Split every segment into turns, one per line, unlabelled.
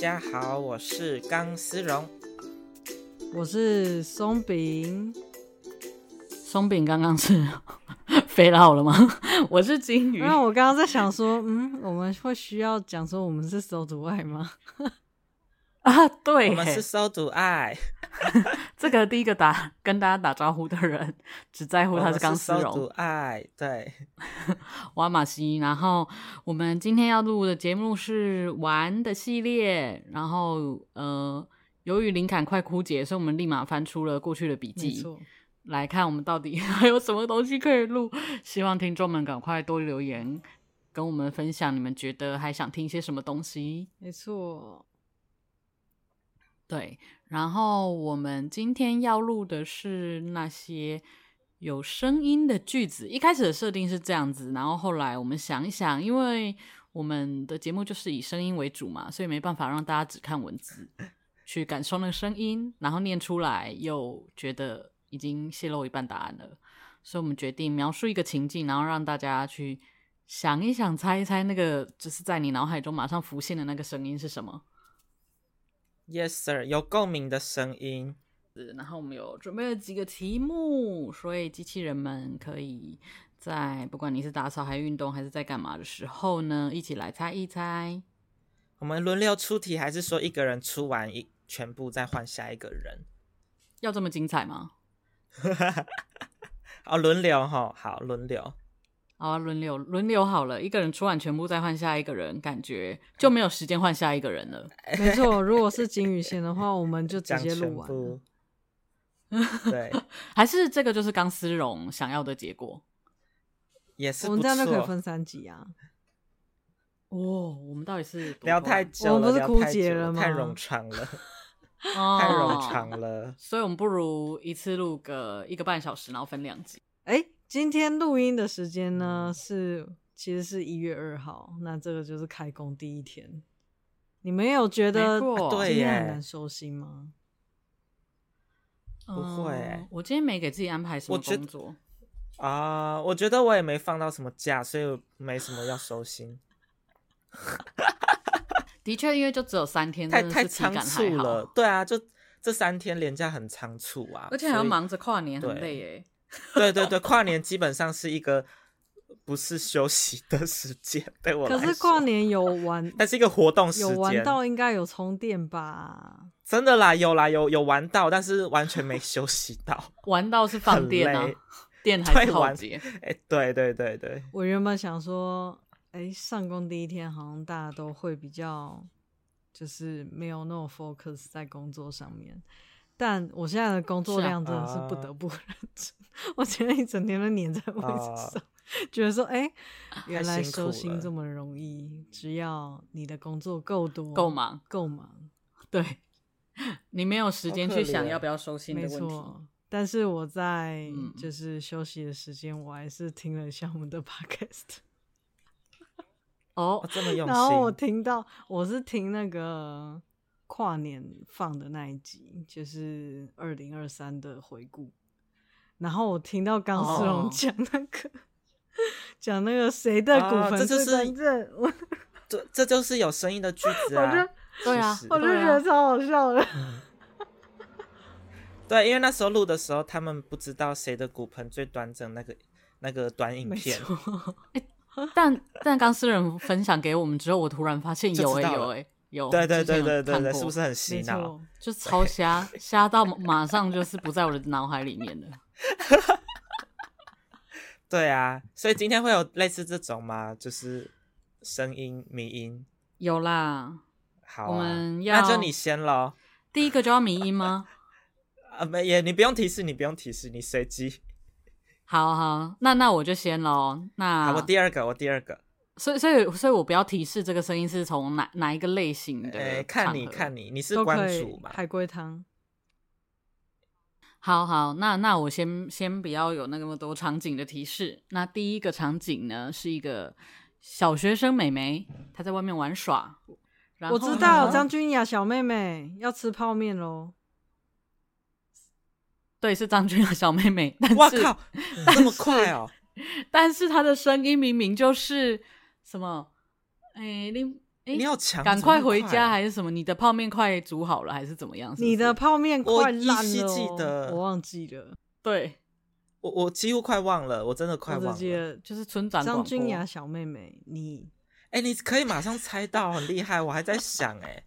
家好，我是钢丝绒。
我是松饼。松饼刚刚是 飞到了吗？ 我是金鱼。
那
我刚刚在想说，嗯，我们会需要讲说我们是手足 爱吗？啊，对耶，
我们是搜读 爱，
这个第一个打跟大家打招呼的人，只在 乎
我
他
们
是
是
钢丝
搜读
绒
爱，对，
瓦马西。然后我们今天要录的节目是玩的系列，然后呃，由于灵感快枯竭，所以我们立马翻出了过去的笔
没
记
错，
来看我们到底还有什么东西可以录。希望听众们赶快多留言，跟我们分享你们觉得还想听些什么东西。
没错，
对，然后我们今天要录的是那些有声音的句子。一开始的设定是这样子，然后后来我们想一想，因为我们的节目就是以声音为主嘛，所以没办法让大家只看文字去感受那个声音，然后念出来又觉得已经泄露一半答案了，所以我们决定描述一个情境，然后让大家去想一想、猜一猜那个就是在你脑海中马上浮现的那个声音是什么。
Yes sir，有共鸣的声音。
是然后我们有准备了几个题目，所以机器人们可以在不管你是打扫、还运动、还是在干嘛的时候呢，一起来猜一猜。
我们轮流出题，还是说一个人出完一全部再换下一个人？
要这么精彩吗？
哦，轮流哈，好，轮流。
好、啊，轮流轮流好了，一个人出完全部再换下一个人，感觉就没有时间换下一个人了。
没错。如果是金鱼线的话，我们就直
讲
接
全
录完啊了
部。 对，
还是这个就是钢丝绒想要的结果
也是
我
不
们这样就可以
错。
分三集啊。
哦。我们到底是多
聊
坏
太久了，
我们不是
聊
枯
太
竭
久了
了
太
吗
冗长了，
哦
太冗长了。
所以我们不如一次录个一个半小时，然后分两集。
哎，今天录音的时间呢是其实是一月二号，那这个就是开工第一天。你们有觉
没
得
错
啊对
哦今天
耶
很难收心吗？
不会欸
嗯我今天没给自己安排什
我
么
觉得
工作。
啊、我觉得我也没放到什么假，所以我没什么要收心，
的确，因为就只有三天，
太
真的
太
嗯是体感
仓
还
促
好
了。，对啊，就这三天连假很仓促啊，
而且还要
所以。
忙着跨年，
对
很累欸耶。
对对对，跨年基本上是一个不是休息的时间，对我来
可
说。
是跨，年有玩
但是一个活动时
有
间，
玩到应该有充电吧？
真的啦，有啦，有有玩到，但是完全没休息到。
玩到是放电啊
很累，
电还是
对
耗
玩
竭。
哎、对对对对，
我原本想说，哎、上工第一天好像大家都会比较，就是没有那种 focus 在工作上面。但我现在的工作
是啊
量真的是不
啊
得不认真， 我今天一整天都黏在位置
啊
上，觉得说，哎、 原
太
来
辛苦
收心
了
这么容易，只要你的工作够多、
够忙，
够忙，
对，你没有时间
好
去
可
想
怜
要不要收心的
没
问题。
错。但是我在
嗯
就是休息的时间，我还是听了一下我们的 podcast。
哦
哦，
这么用
然后我
心，
听到我是听那个跨年放的那一集，就是二零二三的回顾。然后我听到钢丝
哦
绒讲那个 讲、那个谁的股
啊
份、
这就是
认，我
这这就是有声音的句子啊
我就。
对啊
其实
我就
对啊
觉得超好笑的。
对，因为那时候录的时候，他们不知道谁的骨盆最端正，那个那个短影
没
片，
错，
但但刚私人分享给我们之后，我突然发现
就
有
知
哎
道
有
了
哎 有，
对对
之前
对对
有
对
看
对，
过
是不是很洗
没
脑？
错，
就超瞎瞎到马上就是不在我的脑海里面了。
对啊，所以今天会有类似这种吗？就是声音迷音，
有啦，
好、啊，
我们
那就
要
你先喽。
第一个就要迷音吗？
啊，没也，你不用提示，你不用提示，你随机。
好好，那那我就先喽。那
好，我第二个，我第二个。
所以所以所以我不要提示这个声音是从哪哪一个类型的、
哎
诶，看你看
你。
你，你是
都
关
可
主
以。
嘛？
海龟汤，
好好，那那我先先不要有那么多场景的提示。那第一个场景呢，是一个小学生妹妹，她在外面玩耍。然后
我
呢
知道张君雅小妹妹要吃泡面喽。
对，是张君雅小妹妹。但
哇
是
靠，
但
这么
是
快哦！
但是她的声音明明就是什么？哎、你诶
你好强，
赶
怎么
快
那么
回家
啊
还是什么？你的泡面快煮好了还是怎么样？是不
你的
是
泡面
我
快
依
烂
稀
了、哦，
记得
我忘记了，
对，
我我几乎快忘了，我真的快
我只
忘
记
了。
得
就是村长
张
广
君
播
雅小妹妹，你
哎、你可以马上猜到，很厉害。我还在想、哎，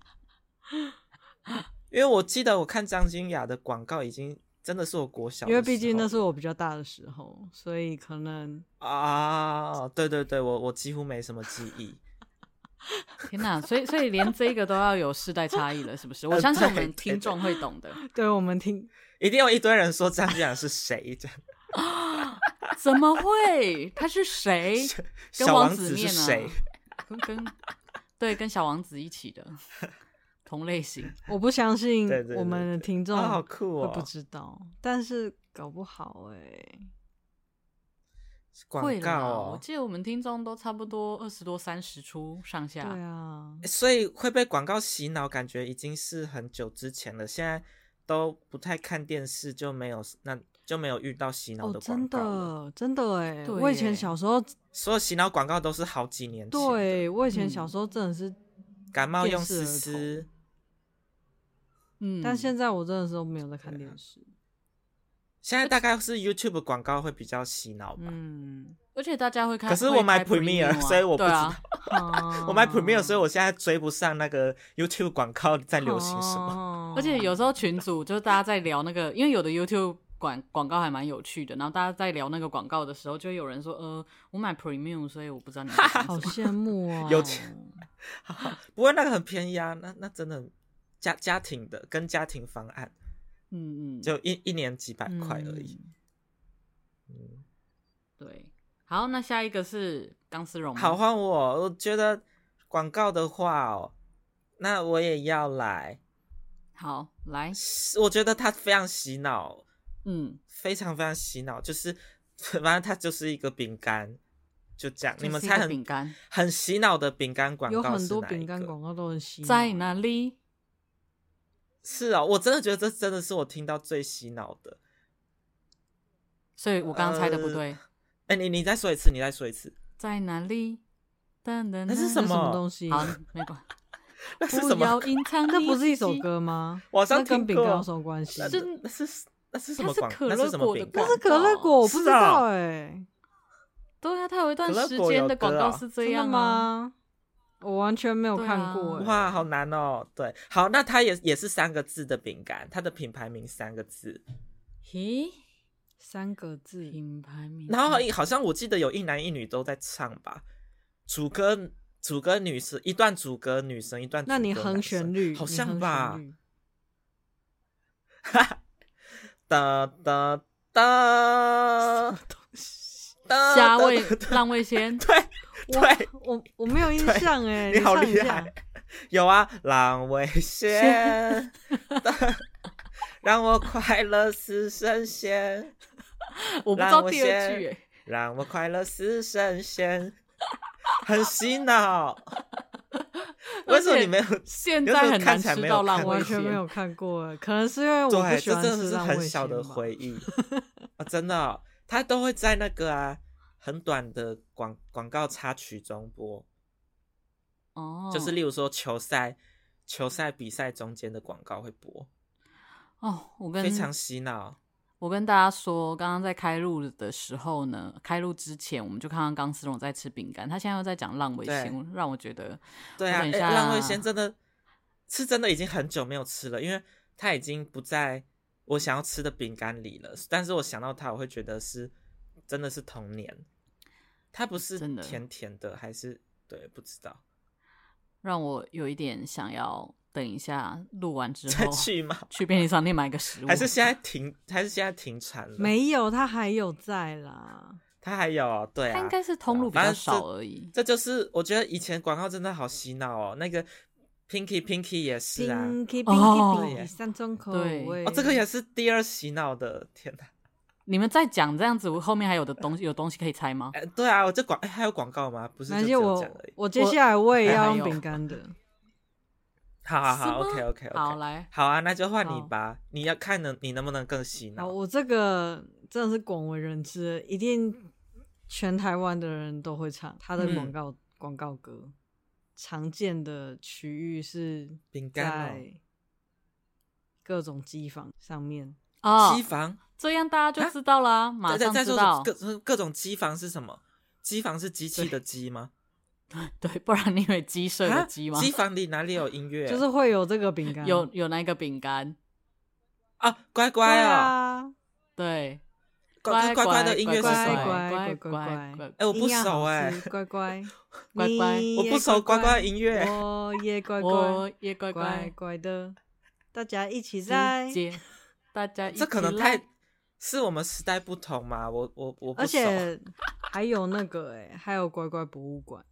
因为我记得我看张君雅的广告已经真的是我国小的时
因
候，
为毕竟那是我比较大的时候，所以可能
啊，对对对，我我几乎没什么记忆。
天哪！所以所以连这个都要有世代差异了，是不
呃
是？我相信我们听众会懂的。
对我 们听
一定有一堆人说张君雅是谁，这样
怎么会？他是谁？跟
小
王
王子
子
是
面啊
谁？
跟跟对跟小王子一起的同类型，
我不相信
对对对
我们的听众
啊，好酷
会
哦！
不知道，但是搞不好哎、
广
会
告
啦。我
哦，
记得我们听众都差不多二十多、三十出上下。
对啊，
所以会被广告洗脑，感觉已经是很久之前了。现在都不太看电视，就没有那就没有遇到洗脑
哦，
的广
真
告了。
的真的哎、
对
我以前
耶
小时候，
所有洗脑广告都是好几年前，，
对我以前
嗯
小时候真的是，
感冒用
电
思
视儿
思，
嗯，
但现在我真的是都没有在看
啊
电视，
现在大概是 YouTube 广告会比较洗脑吧。
嗯，
而且大家会看，
可是我买
会开
Premiere，
啊
所以我不
对啊
知
啊
我买 Premiere，所以我现在追不上那个 YouTube 广告在流行什么。
么
而且有时候群组就是大家在聊那个，因为有的 YouTube 广广告还蛮有趣的，然后大家在聊那个广告的时候，就会有人说：“呃，我买 Premium，所以我不知道你在讲什
好
么。
羡慕哦，
有钱不过那个很便宜啊，那那真的家家庭的跟家庭方案，”
嗯嗯，
就一一年几百块而已。嗯
嗯
对。好，那下一个是钢丝绒吗，
好换我，我觉得广告的话哦，那我也要来。
好来，
我觉得它非常洗脑，
嗯，
非常非常洗脑，就是 反正它就是一个饼干，就这样。
这
你们
是一
猜
个
很
饼干
很洗脑的饼干广告
有很
是
多
哪一
饼干
个
广告都很洗脑，
在哪里？
是啊、我真的觉得这真的是我听到最洗脑的。
所以我刚刚猜的不对，
哎、你你再说一次，你再说一次，
在哪里？噔噔，
那是
那
什
什
么
么东西？
好，没关，
那是什
不要
么？
隐 藏，
那不是一首，歌吗？
网
那
上
跟
听
饼
过
干有什么关系？
那
是
那是那是什
它
么
是
广？
可
那
乐
是什么
果的
饼干
广告？
是可乐果，我不
是
知
啊
道哎，
对啊，它有一段
可乐
时
果
间
有
的广
歌
告
啊
是这
真的
样啊。
吗？我完全没有
对
看
啊
过哎，
哇，好难哦。对，好，那它也也是三个字的饼干，它的品牌名三个字。
咦，
三个字，
品牌
嗯
名，
然后好像我记得有一男一女都在唱吧，主歌主歌女生一段主歌女生一段主歌
那
男
你
生，
横旋律
好
你
像
横
吧
旋律
哒哒哒
东西，
哒，
虾
哒
味
哒哒
浪味 仙，
对 对，
我我我没有印
对
象哎，
你好
唱一
厉
下
害，有啊，浪味 仙，哒 让我快乐似神仙，
我不知
浪
道
味
第二
仙
句哎，
让我快乐似神仙，很洗脑。为什么你没有？
现
有时
在
候
很
看
难
起来
吃
没有
到浪
看
我
过
味
完
仙
全没，有看过哎，可能是因为我不
对，
喜
这
欢
真的
吃
是
浪味
很小的
仙吧
回忆啊，真的哦、他都会在那个啊很短的广广告插曲中播，
哦，
就是例如说球赛、球赛比赛中间的广告会播，
哦，我跟
非常洗脑。
我跟大家说，刚刚在开录的时候呢，开录之前我们就看到钢丝绒在吃饼干，他现在又在讲浪味仙，让我觉得
对啊，
我等一
诶
下
浪味仙真的是真的已经很久没有吃了，因为它已经不在我想要吃的饼干里了。但是我想到它，我会觉得是真的是童年。它不是
真的
甜甜的，还是对不知道
让我有一点想要等一下录完之
再
后
去 吗？
去便利商店买个食物，
还是现在停？还是现在停产了？，
没有，它还有在啦。
它还有哦对啊，
它应该是通路比较
反正这
少而已。
这就是我觉得以前广告真的好洗脑哦。那个 Pinky Pinky 也是啊，
Pinky
哦
Pinky Pinky 三种口
对
味，
哦，这个也是第二洗脑的，天哪！
你们再讲这样子，我后面还有的东西有东西可以猜吗？
哎，对啊，我这广哎还有广告吗？不是
而
就只
且
有
我
讲而已。
我接下来我也
还
要
还
用
有
饼干的，
好好好
是吗
，OK OK OK，
好，来，
好啊，那就换你
好
吧。你要看能你能不能更洗
好，
脑？
我这个真的是广为人知，一定全台湾的人都会唱他的广
嗯
告广告歌，常见的区域是
饼干哦
在各种机房上面，
哦
机，房，
这样大
啊
家就知道啦，马
再
上
再
知
说
道。
各各种机房是什么？机房是机器的机吗？
对，不然你以为鸡舍
啊
的鸡吗？
机房里哪里有音乐？
就是会有这个饼 干，
有有那个饼干，
啊，乖
对
乖哦，
啊，
对，
乖
乖
乖的音乐是
乖
什
乖
么？
乖
乖乖
乖
乖
哎，我不
营养
熟
好
哎，
吃 乖乖
乖
你
乖
也
我不熟
乖
乖乖的音乐
我 也乖
我
乖
也乖
乖
乖
乖的，大家一起在
直。接，大家一
哎这可
起
能
来
太是我们时代不同嘛，我我我不
而
熟。
且还有那个哎、还有乖乖博物馆，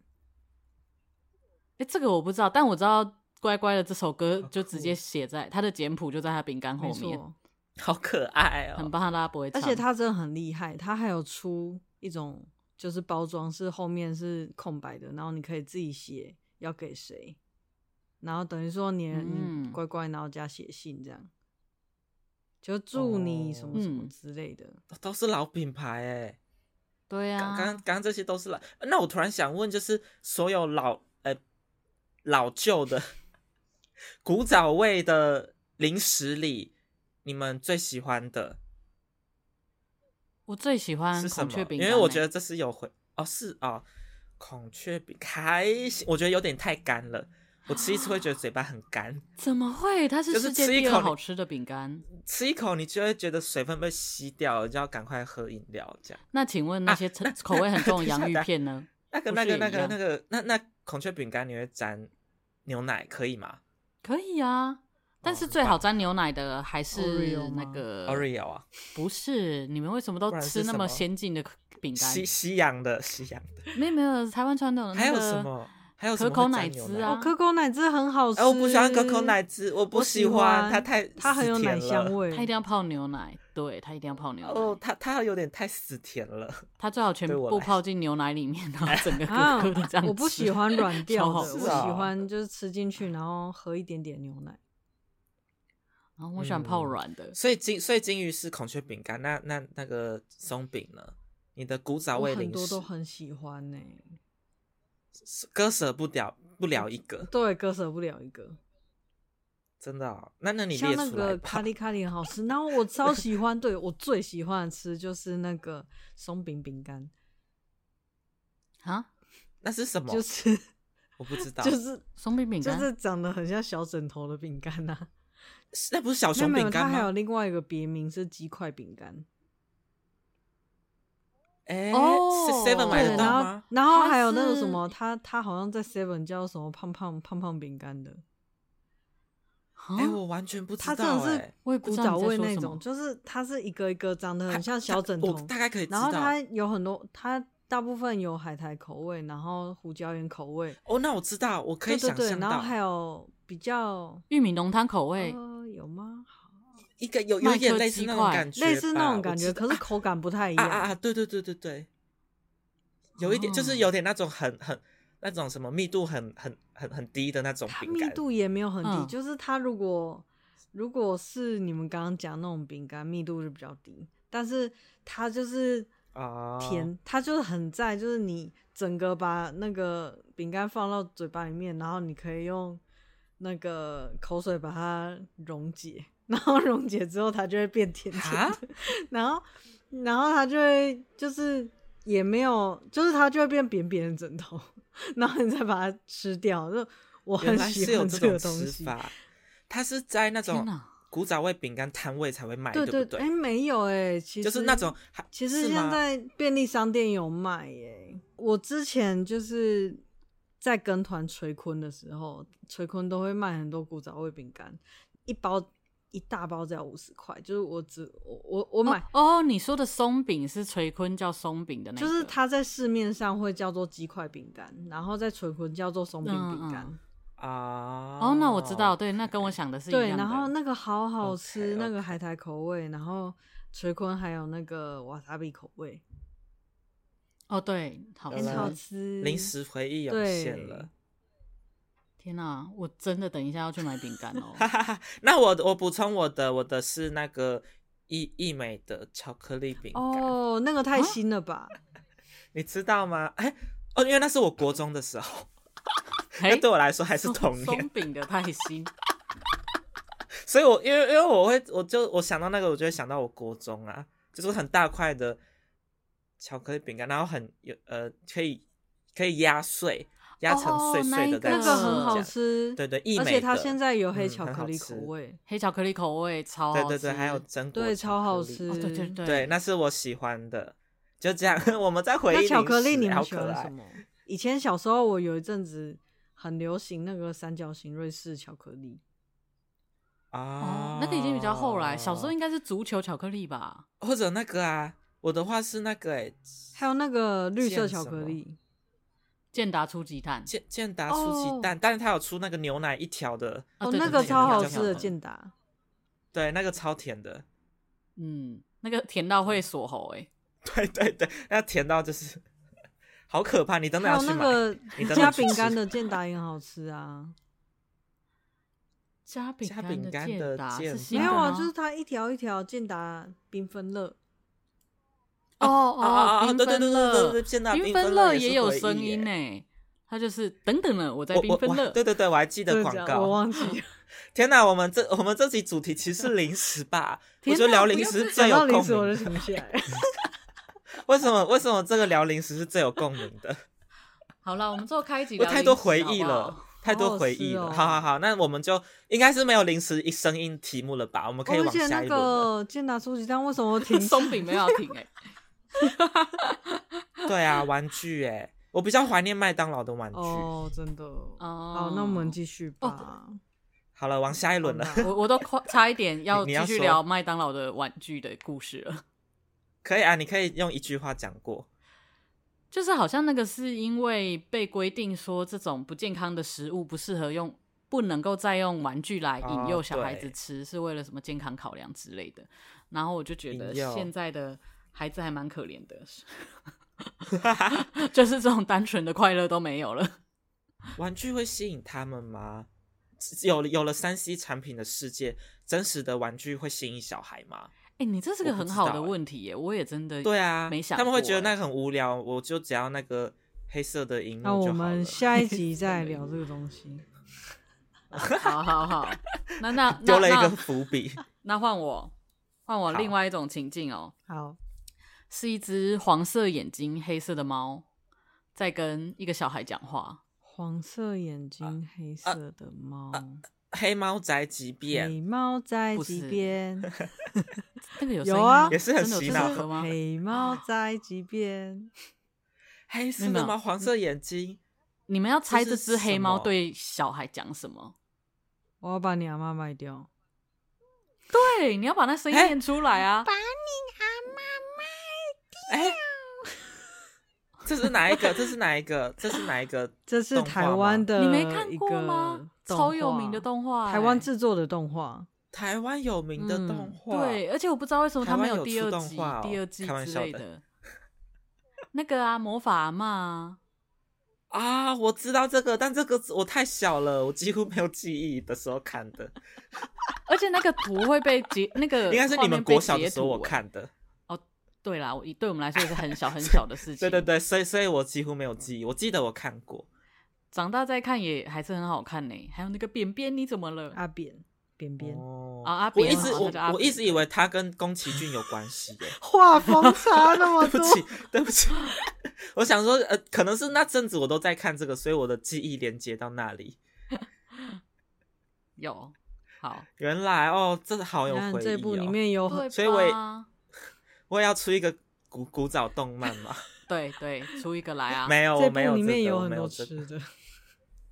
哎、这个我不知道，但我知道《乖乖》的这首歌
好
就直
哦酷
接写在它的简谱，就在它饼干后
没
面，
错。
好可爱
很
哦，
棒，大家不会唱。
而且它真的很厉害，它还有出一种就是包装是后面是空白的，然后你可以自己写要给谁，然后等于说你、你
嗯
乖乖，然后加写信这样，就祝你什么什么
嗯
之类的。
都是老品牌哎。
对啊，
刚刚刚刚这些都是老，呃那我突然想问，就是所有老呃老旧的古早味的零食里，你们最喜欢的
我最喜欢
是什
孔
么
雀？饼
因
干欸、
为我觉得这是有回哦，是哦，孔雀饼开心，我觉得有点太干了，我吃一次会觉得嘴巴很干。
怎么会？它
就是是
世界
吃一
第
口
二
你
好吃的饼干。
吃一口，你就会觉得水分被吸掉了，就要赶快喝饮料。这样，
那请问那
啊
些口
那
口味很重的
那
洋
等一
芋
下
片呢？
那个、
不
那
是
个、
也
那
一
个、
样
那个、那那孔雀饼干，你会沾牛奶可以吗
可以啊，但
哦
是
很
最
棒
好沾牛奶的还
Oreo
是那
吗
个
？Oreo 啊，
不是，你们为什么都
不然是
吃
什
那么
么
先进的饼干？
西西洋的 西洋的，
没有没有，台湾传统的
还
那
有
个
什么？还有什
可
么
口
会
奶
沾牛
汁
奶
啊
哦哦，可口奶汁很好吃，
哎，我不喜欢可口奶汁，我不
我
喜
喜
欢
欢
它太
它很有
死甜
奶香
了。
味，
它一定要泡牛奶，对，它一定要泡牛奶。
哦，它它有点太死甜了，
它最好全
对我
部
来
泡进牛奶里面，然后整个
啊
咕咕的这样吃、
我不喜欢软掉
超
的，
好
我
吃
吃
喜
啊
欢就是吃进去，然后喝一点点牛奶。
然啊后我喜欢泡
嗯
软的，
所以金所以金鱼是孔雀饼干，那那那个松饼呢？你的古早
我
味
很
零
多
食
都很喜欢呢、
割舍不了不了一个，
对，割舍不了一个。
真的哦。那那你
像
列
那
出来
个
吧
咖喱咖喱很好吃，然后我超喜欢，对我最喜欢的吃就是那个松饼饼干，
嗯
啊，
那是什么？
就是
我不知道，
就是
松饼饼
就
干，
是长得很像小枕头的饼干呐、啊。
那不是小
没有
熊
没
哦饼
有，它
干
还有
吗？
另外一个别名是鸡块饼干。
哎、
哦
是 Seven 买
对，
得到
然后
吗？
然后
它
还有那个什
是
么，它它好像在 Seven 叫什么胖胖胖胖饼干的，
啊
哎、我完全不知
它
道、
哦真的
哎
是
我也不
古
知道
早
你在
味
说
那
什
种，
么。
就是它是一个一个长得
它
很像小枕
它
头
我，大概可以知
然后
道。
它有很多，它大部分有海苔口味，然后胡椒盐口味，
哦，那我知道，我可以
对
想
对对，
象
然后
到
还有比较
玉米浓汤口味，
哦
呃有吗？
一个有有
麦
一点
克
类
鸡
似那种
块
感觉吧，
类似那种感
我
觉，
知道
可是口感不太一
啊
样。
啊啊！对对对对对，有一点、就
哦
是有点那种很很那种什么密度很很很很低的那种
它
饼
密
干，
度也没有很低，
嗯
就是它如果如果是你们刚刚讲那种饼干，密度是比较低，但是它就是
哦
甜，它就是很在，就是你整个把那个饼干放到嘴巴里面，然后你可以用那个口水把它溶解， 然后溶解之后它就会变甜甜
啊
的，然后然后它就会就是也没有，就是它就会变扁扁的枕头， 然后你再把它吃掉，就我
原
很
来
喜
是有
欢
这
个
种
东
吃
西。
法，它是在那
天
种
哪
古早味饼干摊位才会卖，
对
不
对，哎、没有哎、其实
就是那种，还
其实
是
现
吗
在便利商店有卖耶、我之前就是在跟团垂坤的时候，垂坤都会卖很多古早味饼干，一包一大包只要五十块，就是我只我我我买，
哦哦，你说的松饼是垂坤叫松饼的那个，
就是它在市面上会叫做鸡块饼干，然后在垂坤叫做松饼饼干。
嗯嗯
啊
哦，那我知道，对，那跟我想的是一样
对，
的。
然后那个好好吃
OK，OK
那个海苔口味，然后垂坤还有那个瓦萨比口味，
哦，对，好
有
很好
了
吃。
吃。
临时回忆涌
对
现了。
天哪，我真的等一下要去买饼干哦。
哈哈哈，那我我补充我的，我的是那个益益美的巧克力饼干，啊
哦，那个太新了吧？
你知道吗？哎、哦，因为那是我国中的时候，
哎
但对我来说还是
松
童年
松。饼的太新，
所以我因为因为我会，我就我想到那个，我就会想到我国中啊，就是很大块的巧克力饼干，然后很有呃，可以可以压碎，压成碎碎的在吃
那
哦那一个
个很
这
好
样
吃，
对对，益
而
美
且它
的
现在有黑
嗯
巧
很
克
好
力口
吃
味，
黑巧克力口味超好
对
吃，
对对，还有榛果
对，超好
巧克力
吃，
哦对对对
对，那是我喜欢的，就这样。 我们再回忆
那巧
零
克力
食
你们
好
喜
可
欢
爱哦
什么？以前小时候我有一阵子很流行那个三角形瑞士巧克力，
啊
哦，那个已经比较后来，小时候应该是足球巧克力吧？
或者那个啊，我的话是那个哎、
还有那个绿
见
色巧
什
克
么
力，
健达出鸡蛋，
健健达出
哦
奇蛋，但是它有出那个牛奶一条的，
啊
哦，
对
那
对
个
对
超
那个
好
叫
吃
什
的
么
健达，
对，那个超甜的，
嗯，那个甜到会锁喉哎、
对对对，那甜到就是好可怕，你等等
还
要
有
去
那
买，啊
个
你等
加
等去
饼
吃
干的健达也很好吃啊。
加饼
加饼干
健
的
达
健
是
达
新
没
的
有啊，
吗
就是它一条一条健达缤纷乐，
哦哦
啊啊
缤
对对
纷
对
乐
对对对健达
缤
缤纷
乐
乐也是
有
回忆
声
耶
音哎、它就是等等了，我在
我
缤
我
纷
我
乐，
对对对，我还记
真
得
的
广
假的我
告。
忘记了。
天哪，我们这我们这集主题其实是零食吧？我
天
觉得
哪
聊
不
零
要
食是最
讲
有
到
共
零食我
鸣
就
的。
停下来了。
为什么为什么这个聊零食是最有共鸣的？
好了，我们最后开一集
我
聊
太
零
多
食
回
好
忆
不
了，
好
太
好
多
好
回
吃
忆了。
哦
好好好，那我们就应该是没有临时一声音题目了吧？我们可以
哦而
往
且
下
那
一轮了。
个健达出鸡蛋为什么我停
松饼没有停哎、
对啊，玩具哎、我比较怀念麦当劳的玩具。
哦，真的。
哦
好，那我们继续吧。
好了，往下一轮了。
好啦
我我都快差一点要
你
继
要
续
说
聊麦当劳的玩具的故事了。
可以啊，你可以用一句话讲过。
就是好像那个是因为被规定说这种不健康的食物不适合用，不能够再用玩具来引诱
哦
小孩子
对
吃，是为了什么健康考量之类的。然后我就觉得
引诱
现在的孩子还蛮可怜 的， 就是这种单纯的快乐都没有
欸
了。
玩具会吸引他们吗？有有了三 C 产品的世界，真实的玩具会吸引小孩吗？
哎、你这是个
我不
很
知
好
道
的
欸
问题耶，我也真的
对啊，
没想
他们会觉得
过欸
那个很无聊，我就只要那个黑色的荧幕就
那
好了。
我们下一集再聊这个东西。
好好好，那那那
丢了一个
那
伏笔，
那换我换我
好
另外一种情境哦，
好，
是一只黄色眼睛黑色的猫在跟一个小孩讲话。
黄色眼睛，黑色的猫，
黑猫宅急
黑
便，
猫在
不
几
是
边？
那个有
有
声音
啊
吗
也是很
真的有
洗
这首
脑
歌吗？
黑猫在几边？
黑色
没
的
有没有
吗？黄色眼睛，
你们要猜
这
这
是
只黑
什
猫
么
对小孩讲什么？
我要把你阿妈卖掉。
对，你要把那声音
哎
念出来啊！
哎、这是哪一个？这是哪一个？这是哪一个？
这是
动画
台湾
吗
的，
你没看过吗？超有名的动画欸、
台湾制作的动画，
台湾有名的动画、
嗯对，而且我不知道为什么
台
它没
湾有
第
出
二
动
集、
画哦
第二季
开玩
之
笑
类
的
的。那个啊，魔法阿嬷啊，
啊，我知道这个，但这个我太小了，我几乎没有记忆的时候看的，
而且那个图会被 截，那个
应该是
呃画
你们
面被
国小
截
的时候
图
我
欸。
看的。
对啦，我对我们来说也是很 小很小的事情。
对对，对，所以所以我几乎没有记忆，我记得我看过。
长大再看也还是很好看呢、还有那个便便，你怎么了？
啊
阿扁扁扁，
哦
啊阿
我
扁
一直
好
我
那叫阿
我一直
扁
以为他跟宫崎骏有关系耶。
画风差那么
对不
多，
起， 对不起，我想说，呃，可能是那阵子我都在看这个，所以我的记忆连接到那里。
有，好，
原来哦，这好
你
有
看
回忆、哦。
这部里面有很
所以我也
吧
我也要出一个古古早动漫 嘛？
对对出一个来 啊，
没有，
这
我没有、
部
这
里面
个我
很
没有
多
这个
吃的，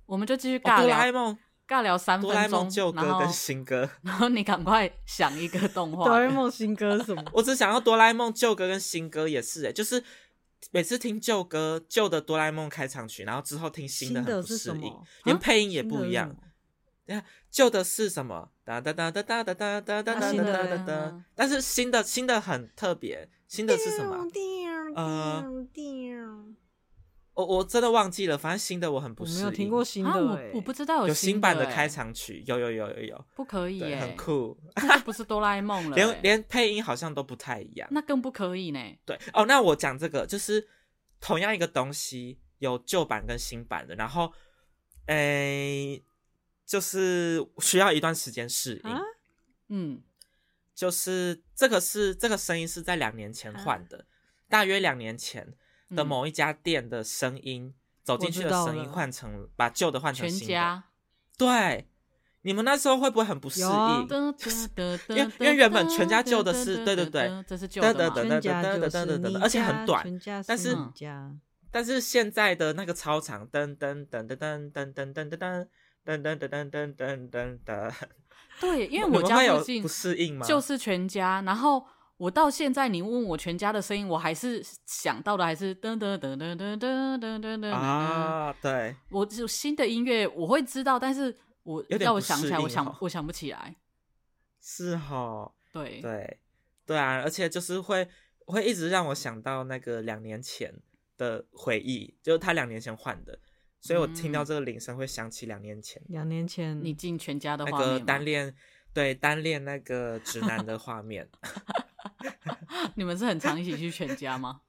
我们就继续
哦
尬
哆啦 A
聊，
梦，
尬聊三
哆啦 A
分
梦旧
钟，然
歌
后
跟新歌，
然后你赶快想一个动画
哆啦 A 梦 新歌是什么？
我只想要哆啦 A 梦旧歌跟新歌也是哎，就是每次听旧歌，旧的哆啦 A 梦开场曲，然后之后听新的
新
很
的
不
是
适
什
应
么，
连
啊
配音也
新的
不
是
一
什
样
么。
你看旧的是什么？哒哒哒哒哒哒哒哒哒哒
啊新的
哒哒
呢
哒。但是新的新的很特别，新的是什么啊？
叮
呃
叮叮
我我真的忘记了，反正新的我很
我
不适
没
应。
有听过新的
啊，
欸，
我我不知道
有
新
新版
的
的
欸
开，场曲，有有有有有，
不可以
对，
耶，
很酷，
那就不是哆啦 A 梦了欸，
连连配音好像都不太一样。
那更不可以呢。
对哦，那我讲这个就是同样一个东西，有旧版跟新版的，然后诶、就是需要一段时间适应。
啊
嗯，
就是这个是这个声音是在两年前换的，大约两年前的
啊嗯
某一家店的声音，走进去的
我知道
声音
了
换成把旧的换成
全
新的。
家
对，你们那时候会不会很不适
有啊
应？
噔噔
因
噔
为因为原本全家救的是对对对，
这是旧的
对
嘛？
全家
对对对
就是
对对对
你
而且很
家
短
全家
但
是
是
你家
但是现在的那个超长，噔噔噔噔噔噔噔噔噔噔噔噔噔噔噔噔噔，
对，因为
你
我
们
家
会有
附近
不适应吗？
就是全家，然后我到现在你问我全家的声音，我还是想到的还是噔噔噔噔噔噔噔噔噔啊，
啊，对，
我就新的音乐我会知道，但是我
有点
要我
不
想起
适
来，
应
我想
哦
我想不起来，
是哦哈，
对，
对，对啊，而且就是会会一直让我想到那个两年前的回忆，就是他两年前换的，所以我听到
嗯
这个铃声会想起两年前
两年前
你进全家的
那
画面
个
吗
单恋，对单恋那个直男的画面。
你们是很常一起去全家吗？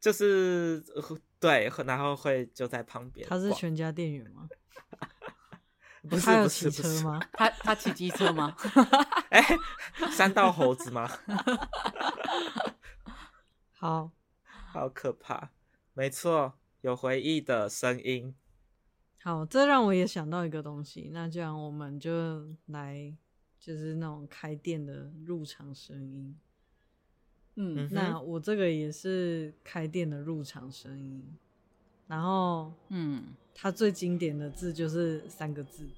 就是呃对，然后会就在旁边
他
逛。
是全家店员吗？
不是
他有
不是
骑
不
车
是？
吗？
他他骑机车吗？
哎， 三道猴子吗？
好，
好可怕！没错，有回忆的声音。
好，这让我也想到一个东西，那这样我们就来就是那种开店的入场声音。
嗯
嗯
那我这个也是开店的入场声音，然后
嗯
它最经典的字就是三个字，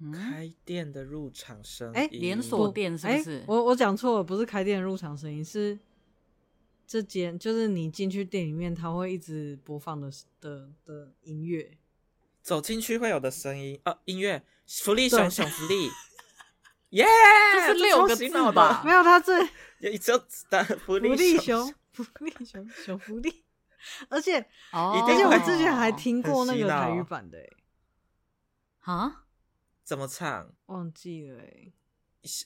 嗯，
开店的入场声音，
哎
连锁店是不
诶
是？
我我讲错了，不是开店的入场声音，是这间就是你进去店里面，它会一直播放的的的音乐。
走进去会有的声音
嗯
哦，音乐福利
对
熊熊福利，耶！
这是
超
六个
洗
字
脑的
吧
没有，它最
也就的福
福利
利
熊，福利熊，熊福利。 而且
哦
一
而
定
且我
会啊
之前还听过那个台语版的、欸，
啊，
怎么唱？
忘记了、欸。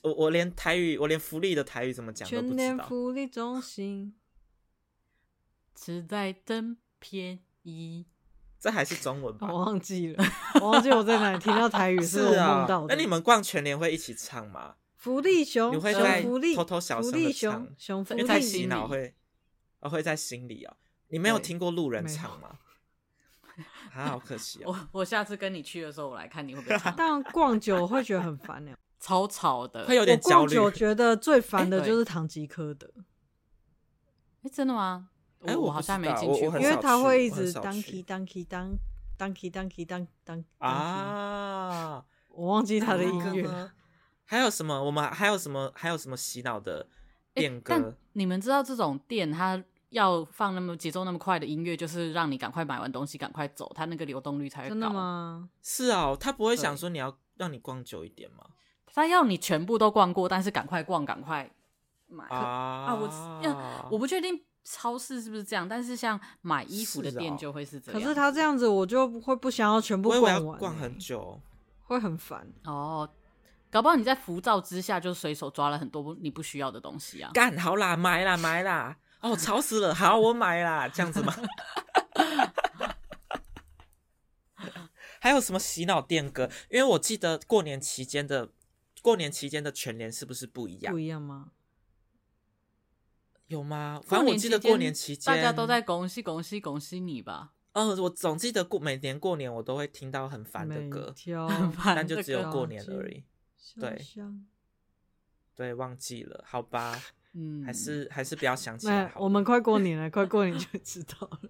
我我连台语，我连福利的台语怎么讲都不
全
知
联
道。
福利 中心，
实在真便宜。
这还是中文吧？
我忘记 了，我忘记我在哪里听到台语，
啊是
哦我
啊
梦到，的。
那你们逛全联会一起唱吗？
福利熊，
你会
熊
在
福利，
偷偷小
福
声地
利
唱
熊，熊福
因
利
为太洗
心
脑
里
会，哦会在心里哦。你没有
哎对
听过路人
没有
唱吗？啊，好可惜哦。
我我下次跟你去的时候，我来看你会不 会唱，
但逛久会觉得很烦呢、
超吵的。
会 有
我
点焦
逛
虑。
久觉得最烦的
哎
就是唐吉诃德，
哎，真的吗？
哎
我
我
好
不知
像没
道
进
我
去
我
过，
很
因为
少
他
去
会一
我很
直
少
当 key
去
当 key 当当 key 当 key 当当当 key，
啊，
我忘记他的
那
音
个
乐了。
呢还有什么？我们还有什么？还有什么洗脑的
哎
变
但
歌？
你们知道这种店它要放那么节奏那么快的音乐，就是让你赶快买完东西赶快走，它那个流动率才会高。
真的？吗？
是哦，他不会想
对
说你要让你逛久一点吗？
它要你全部都逛过，但是赶快逛，赶快买。可
啊
我要我不确定超市是不是这样，但是像买衣服的
是
店
哦
就会是这
可
样。
是他这样子，我就会不想要全部
我以为要
逛完、
逛
欸
很久。
会很烦。
哦，搞不好你在浮躁之下就随手抓了很多不你不需要的东西啊。
干好啦，买啦买啦！哦，吵死了， 好我买啦，这样子吗？ 还有什么洗脑电歌？因为我记得过年期间的过年期间的全联是不是不一样
不？一样吗？
有吗？反正我记得
期间
过年期间
大家都在恭喜恭喜恭喜你吧，
嗯、我总记得过每年过年我都会听到很烦的
每
歌，
条
但就只
这
有
个
过
啊
年而已。对
小巷
对，忘记了，好吧，
嗯，
还是还是不要想起来
那
好了。
我们快 过年了，快过年就知道了。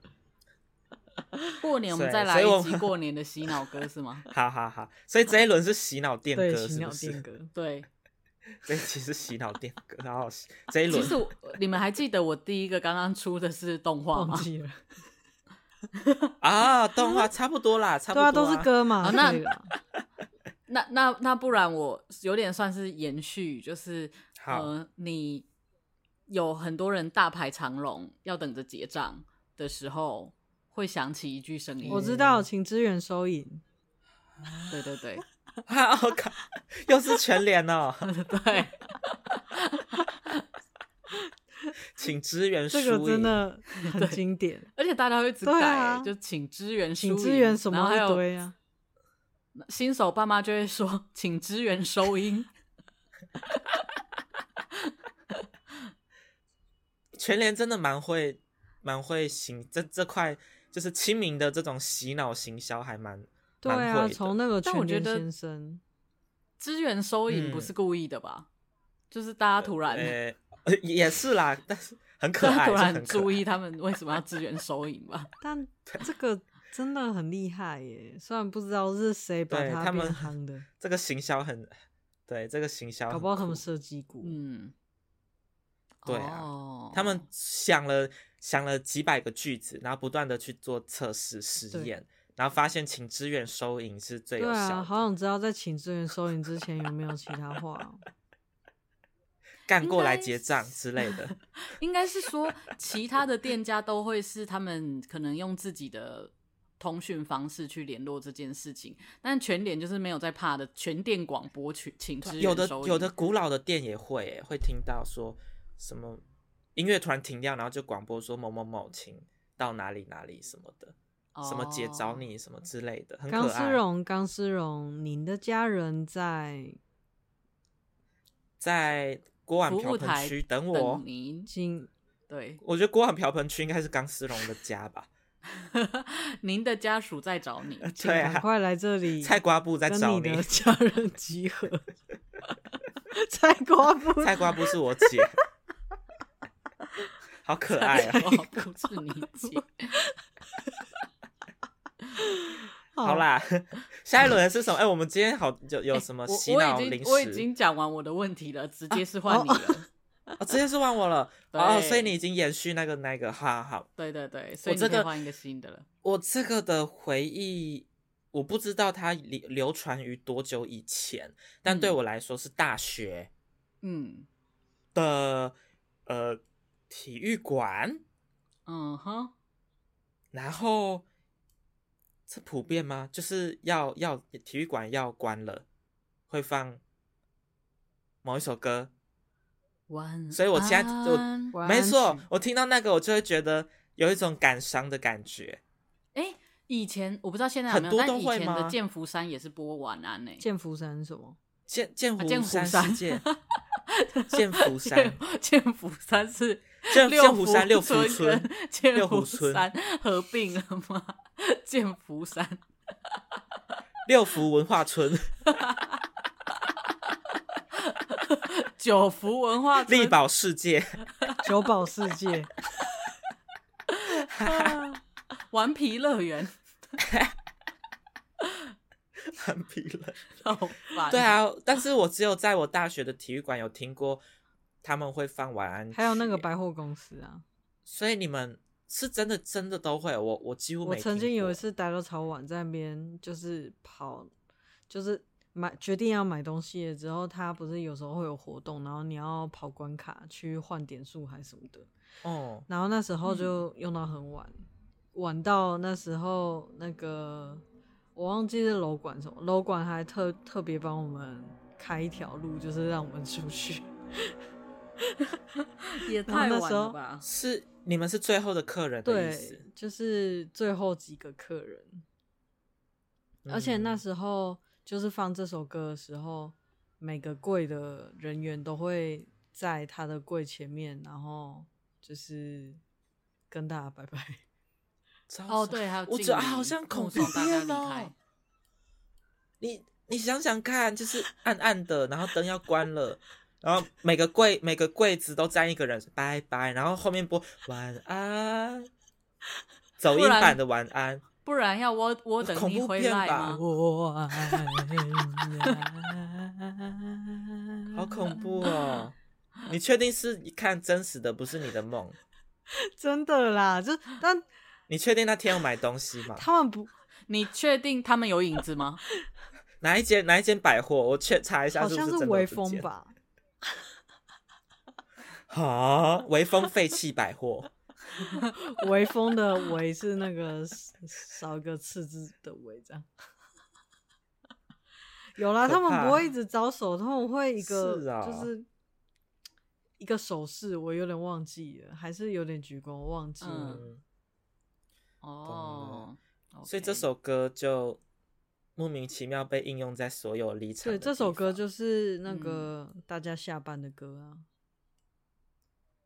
过年我们
对
再来
所以我
一
们
集过年的洗脑歌是吗？
好好好，所以这一轮是洗 脑电
对，
歌，
洗
是
脑
不是
电？ 歌，
对，
这一期是洗脑电歌，然后这一
其
轮
实我你们还记得我第一个刚刚出的是动画
忘
吗？
记了。
啊，动画差不多啦，差不多、
对啊，都是。歌 嘛。
好那
对啦
那那那不然我有点算是延续，就是
好
呃，你有很多人大排长龙要等着结账的时候，会想起一句
嗯
声音。
我知道，请支援收银。
对对对
啊，我靠， 又是全脸哦，
对，
请支援输
这
赢，
个真的 很经典。
而且大家会一直
对
改、
啊
就请支援输
请
赢、
支援什
然后
么
还
一
有
堆啊？
新手爸妈就会说，请支援收音。
全联真的蛮会蛮会行这这块，就是亲民的这种洗脑行销还蛮
对
蛮
啊，
会的
从那个
但我
全
觉
联
得
先生，
支援收银不
嗯
是故意的吧？就是大家突然、
呃呃也是啦，但是很可
大家
爱，
突
是
然
很可
注
爱。
意他们为什么要支援收银吧？
但这个真的很厉害耶。虽然不知道是谁把
对
它
他们
变 夯的，
这个行销很对，这个行销
搞
很
不好他们
酷
设计过。
嗯，
对啊
哦
他们想了想了几百个句子，然后不断的去做测试实
对
验，然后发现请支援收银是最有
对
效
啊，
的。
好想知道在请支援收银之前有没有其他话哦、
干过来
应该
结账之类的，
应该是说，其他的店家都会是他们可能用自己的通讯方式去联络这件事情，但全联就是没有在怕的，全店广播去请支援
有的
收银
有的古老的店也会耶、会听到说什么音乐突然停掉，然后就广播说某某某请到哪里哪里什么的，什么姐找，
哦
你什么之类 的，很
钢
可
丝
爱。
绒，钢丝绒，您的家人在
在锅碗
服
瓢
务
盆
台
区等我
等。您
金
对，
我觉得锅碗瓢盆区应该是钢丝绒的家 吧，
您的家属在找你。
请
对啊
赶快来这里，
菜瓜布在
跟
找
的家人集合。 菜瓜布，
菜瓜不是我姐，好可爱啊！ 哦
哦，不是 你姐，
好，啦， 下一轮是什么？哎、我们今天好有有什么
哎我
洗
我
脑
已
零食？
经
啊
我已经讲完我的问题了，直接是换你了。
哦，直接是换我了。
对
哦，所以你已经延续那个那个，好好好。
对 对对，所以你
这
可以
个
换一个新的了。
我这个的回忆，我不知道它流流传于多久以前，但
嗯
对我来说是大学
嗯
的、呃体育馆，
嗯哼，
然后这普遍吗？就是要要体育馆要关了，会放某一首歌，
晚
所以我现在就
安
晚
没
安
错
曲，
我听到那个我就会觉得有一种感伤的感觉。
哎，以前我不知道现在有
很
没有，
多
但
都
以
会
前
吗
的剑湖山也是播晚安呢、
剑福山是什么？
剑剑
啊剑
湖
湖
山
山
事 件，剑湖山，
剑剑湖山 是
剑
六
剑湖山六福
福
村
跟，剑
六
湖
福村
山合并了吗？ 剑湖山，
六福文化村，
九福文化村
力宝世界，
九宝世界，
顽皮乐园，
很疲了。
好烦。
对，啊，但是我只有在我大学的体育馆有听过他们会放晚安，
还有那个，百货公司啊。
所以你们是真的真的都会，我我几乎
我
没
曾
听
经有
过
一次待到超晚，在那边就是跑，就是买决定要买东西了之后，他不是有时候会有活动，然后你要跑关卡去换点数还什么的，
哦，
然后那时候就用到很晚，晚到那时候那个我忘记是楼管什么，楼管还特特别帮我们开一条路，就是让我们出去。
也
然后
太
那
晚
时
了
候
吧？
是你们是最后的客人的意
对
思，，
就是最后几个客人，而且那
嗯
时候就是放这首歌的时候，每个柜的人员都会在他的柜前面，然后就是跟大家拜 拜。
超
哦，
傻
对，还有
我
敬
觉得啊
礼
好像恐
目
怖
送大家
片
离
哦
开。。
你你想想看，就是暗暗的，然后灯要关了，然后每个柜每个柜子都站一个人，拜拜，然后后面播晚安，走音版的晚安，
不然要我我等
恐
你
怖
回
片
来
吧
吗？
我爱呀
好恐怖哦！
嗯
你确定是你看真实的，不是你的梦？
真的啦，就但
你确定那天有买东西吗？
他们不
你确定他们有影 子吗？
哪一间哪一间百货？我确查一下
好
是
像
不真的
微
有这
风
间？
吧？
啊，微风废弃百 货，
微风的微是那个少一个次字的微，这样。有啦，
可
他们
怕
不会一直招手，他们会一个
是啊
就是一个手势，我有点忘记了，还是有点鞠躬，我忘记了。
嗯，
哦，
所以这
OK
首歌就莫名其妙被应用在所有离场
对，
的地方。嗯
这首歌就是那个大家下班的歌啊。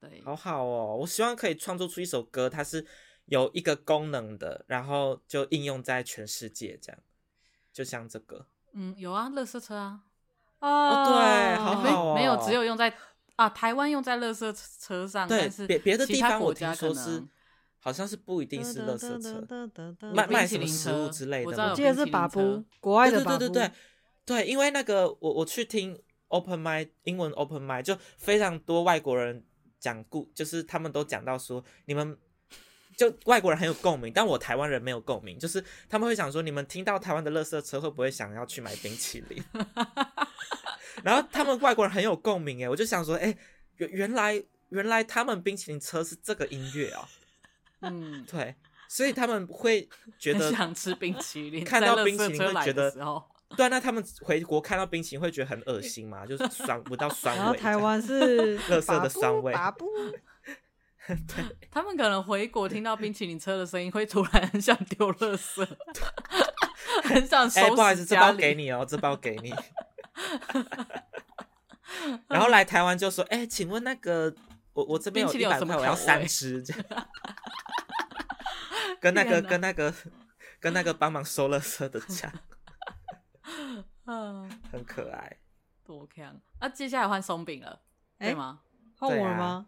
对
好好哦，我希望可以创作出一首歌，它是有一个功能的，然后就应用在全世界这样，就像这个，
嗯，有啊，垃圾车啊，
哦对好
没
好哦
没有，只有用在啊，台湾用在垃圾车上，
对
但是，
别别的
其
地
他
方我
国
听
家
说
可
是
能
好像是不一定是垃圾车，
车
卖
有
卖
冰淇
什么
淋
食物
车
之类
我
的
知道
吗
有
我记得
哦冰
是
淇淋
把
车
布，国外
对
的嗯
对
把
对
布，
对对对，因为那个我我去听 open mic 英文 open mic 就非常多外国人讲故，就是他们都讲到说你们。就外国人很有共鸣，但我台湾人没有共鸣。就是他们会想说，你们听到台湾的垃圾车会不会想要去买冰淇淋？ 然后他们外国人很有共鸣，哎，我就想说，哎，原原来原来他们冰淇淋车是这个音乐哦，
嗯，
对，所以他们会觉得
很 想吃冰淇淋，
看
在
到
垃
冰
圾
淇淋
车
会
来
觉
的
得
时候，
对啊，那他们回国看到冰淇淋会觉得很恶心 嘛？就是酸不到酸味这
然后
样。
台湾 是
垃圾的香味
把布
他们可能回国听到冰淇淋车的声音，会突然很想丢垃圾， 很想收
哎、不好意思，
拾
这
家
包
里。
给你哦，这包给 你。然后来台湾就说：“哎、请问那个我我这边有
冰淇
一
淋有
百
什么
块，我要
口味
三 只。”这样，跟那个
天哪
跟那个跟那个帮忙收垃圾的讲，
嗯，
很可爱。
多强！那、接下来换松饼了，
哎
对吗？
换我
对
了
啊
吗？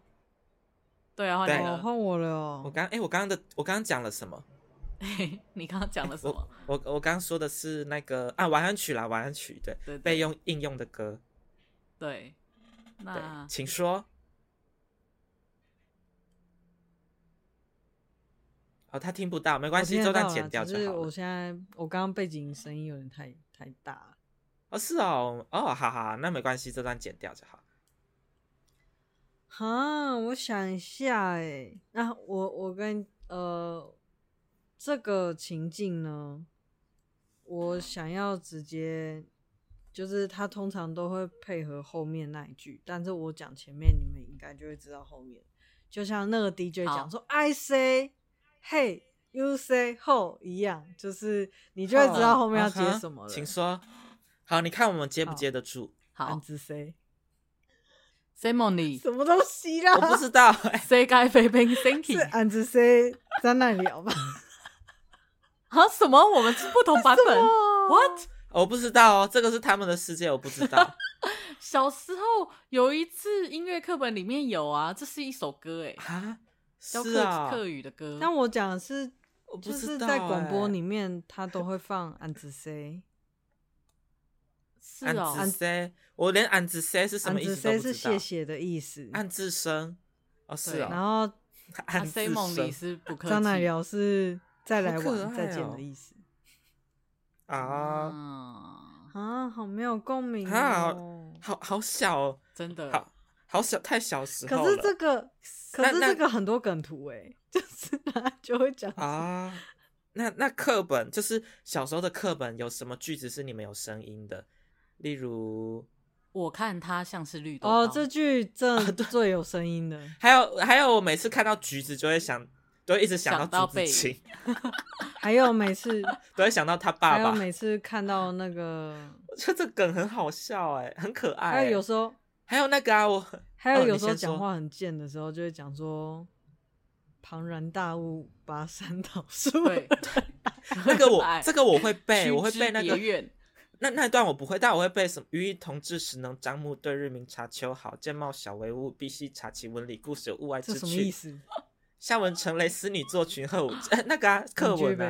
对啊，换
对
你
哦，
了。
换我了
我
哦。
刚哎、我刚刚的我刚刚讲了什么？
嘿你刚刚讲了什么
我？我我刚刚说的是那个啊晚安曲啦，晚安曲对
对对
被用应用的歌，
对，
对，
嗯
那
请说。哦，他听不到，没关
我
系，
听
这
得
段
到
剪
啦
掉
只
就是好
我
了。
现在我刚刚背景声音有点太太大了。
哦，是哦，哦，好好，那没关系，这段剪掉就好。
哈，我想一下，哎，那我我跟呃这个情境呢，我想要直接，就是他通常都会配合后面那一句，但是我讲前面，你们应该就会知道后面。就像那个 DJ
好
讲说 “I say hey you say ho” 一样，就是你就会知道后面要接
啊哈
什么了。
请说。好，你看我们接不
好
接得 住？
好
暗之 say
，Simony，
什么东西啦？
我不知道、哎，
谁该飞奔 Thinking
是暗之 say 在那 里好吧？
啊？什么？我们是不同版
啊
本。What？
我不知道哦，这个是他们的世界，我不知道。
小时候有一次音乐课本里面有啊，这是一首歌哎，
啊，
教
是
课
啊，
课语的歌。
但我讲的是，
我不
就
知
是
道、
在广播
哎
里面，他都会放安子 C，
是哦，
俺子 C，我连俺子 C 是什
安
么意
子
思都
C
不
是
知道
谢。谢的意思。
暗自生，哦是
对
哦，
然后
阿
暗自
塞梦里
生
是不客气。
张乃聊是再来
好可
玩、
爱
再见
哦
的意思哦
啊，
啊，
啊，好没有共鸣
啊
哦。
好好小哦，
真的
好好小，太小时候
可是
了
这个，可
那
是
那
这个很多梗图哎， 就是他就会讲
啊，那那课本就是小时候的课本有什么句子是你们有声音的？例如，
我看它像是绿豆
哦，
糕
这句这
啊
最有声音的。
还有还有，我每次看到橘子就会想，都会一直
想
到
到
朱
背
自清，
还有每次，
都会想到他爸
还有
爸。
每次看到那个，
我觉得这梗很好笑哎、很可爱欸、
还有有时候
还有那个 啊，我
还有
哦
有
你
时候
先说
讲话很贱的时候，就会讲说庞然大物拔山倒树。
对
那个我
哎
这个我会背，
须
我会
知
背那个
别院
那那段我不会，但我会背什么“于一同志，时能张目对日明察秋毫，见貌小唯物，必须察其文理，故事有物外
这
之
什么意
趣。
思？
下文成雷，思女作群 鹤舞。呃那个啊，课文
呗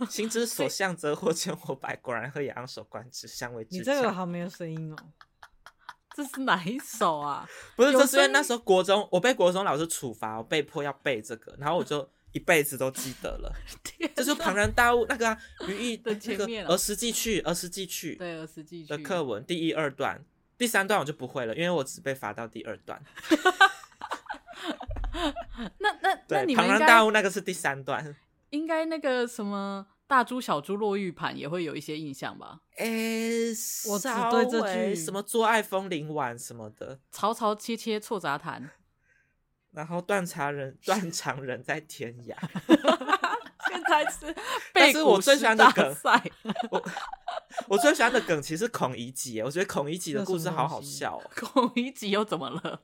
啊，心之所向则或见或白，果然和也昂首观之，相为
你
之
这个
强。
好没有声音哦。
这是哪一首啊？
不是，
有
这是因为
声音
那时候国中，我被国中老师处罚，我被迫要背这个，然后我 就一辈子都记得了。
天
这就庞然大物那个啊， 于一
的前
那
哦
面啊
个儿时记去，儿时记去。
对，二十纪
的
去
课文第一、二段，第三段我就不会了，因为我只被罚到第二段。
那那那
对，
你们
庞
应
然大
该
物那个是第三段，
应该那个什么大猪小猪落玉盘也会有一些印象吧？
哎、
我只
稍
对这
微
句
什么做爱风铃碗什么的，
曹操切切错杂 谈，
然后断肠人断肠人在天涯，
现在是
但
背
是
古
我最
诗
喜欢的
大
梗
赛。
我最喜欢的梗其实是孔乙己耶，我觉得孔乙己的
那
故
什
事
么
好
东
好
西
笑哦。
孔乙己又怎么了？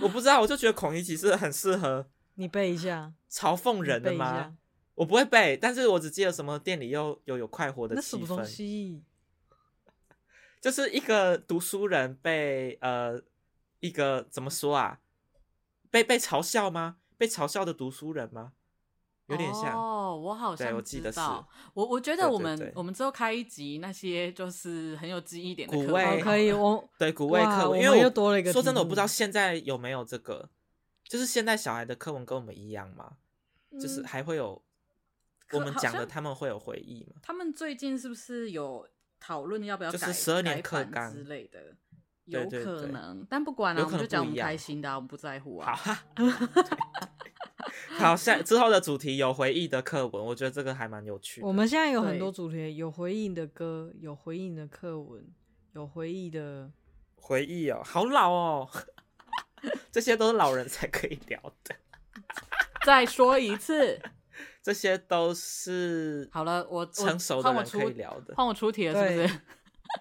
我不知道，我就觉得孔乙己是很适合
你背一下，
嘲讽人的
背一下
吗？我不会背，但是我只记得什么店里又又有快活的
那
气
什么东
氛，
西？
就是一个读书人被呃一个怎么说啊，被被嘲笑吗？被嘲笑的读书人吗？有点像，
哦，我好
对
像
我记得
知
是
道。我我觉得
对
我
对
们
对
我们之后开一集那些就是很有记忆点的
古
课
味
哦
本，
可 以，我
对古味
哇
课文，
我
因
们
为
又多了一个
说真的，我
题
不知道
目
现在有没有这个，就是现在小孩的课文跟我们一样吗？就是
嗯
还会有
可
我们
好
讲的，
像
他们会有回忆吗？
他们最近是不是有讨论要不要
就是
改
12年
改
课
版
纲
之类的？有
对对
可
对
能，但不管了、啊
有
我
可
们
能
就讲
不
我们
一样
开心的啊、我们不在乎啊。
好， 好，下之后的主题有回忆的课文，我觉得这个还蛮有趣的。
我们现在有很
对
多主题，有回应的歌，有回应的课文，有回忆的。
回忆哦，好老哦， 这些都是老人才可以聊的，
再说一次，
这些都是
好了，我我
成熟的
换我
人
出
可以聊的。
换我出题了，是不是？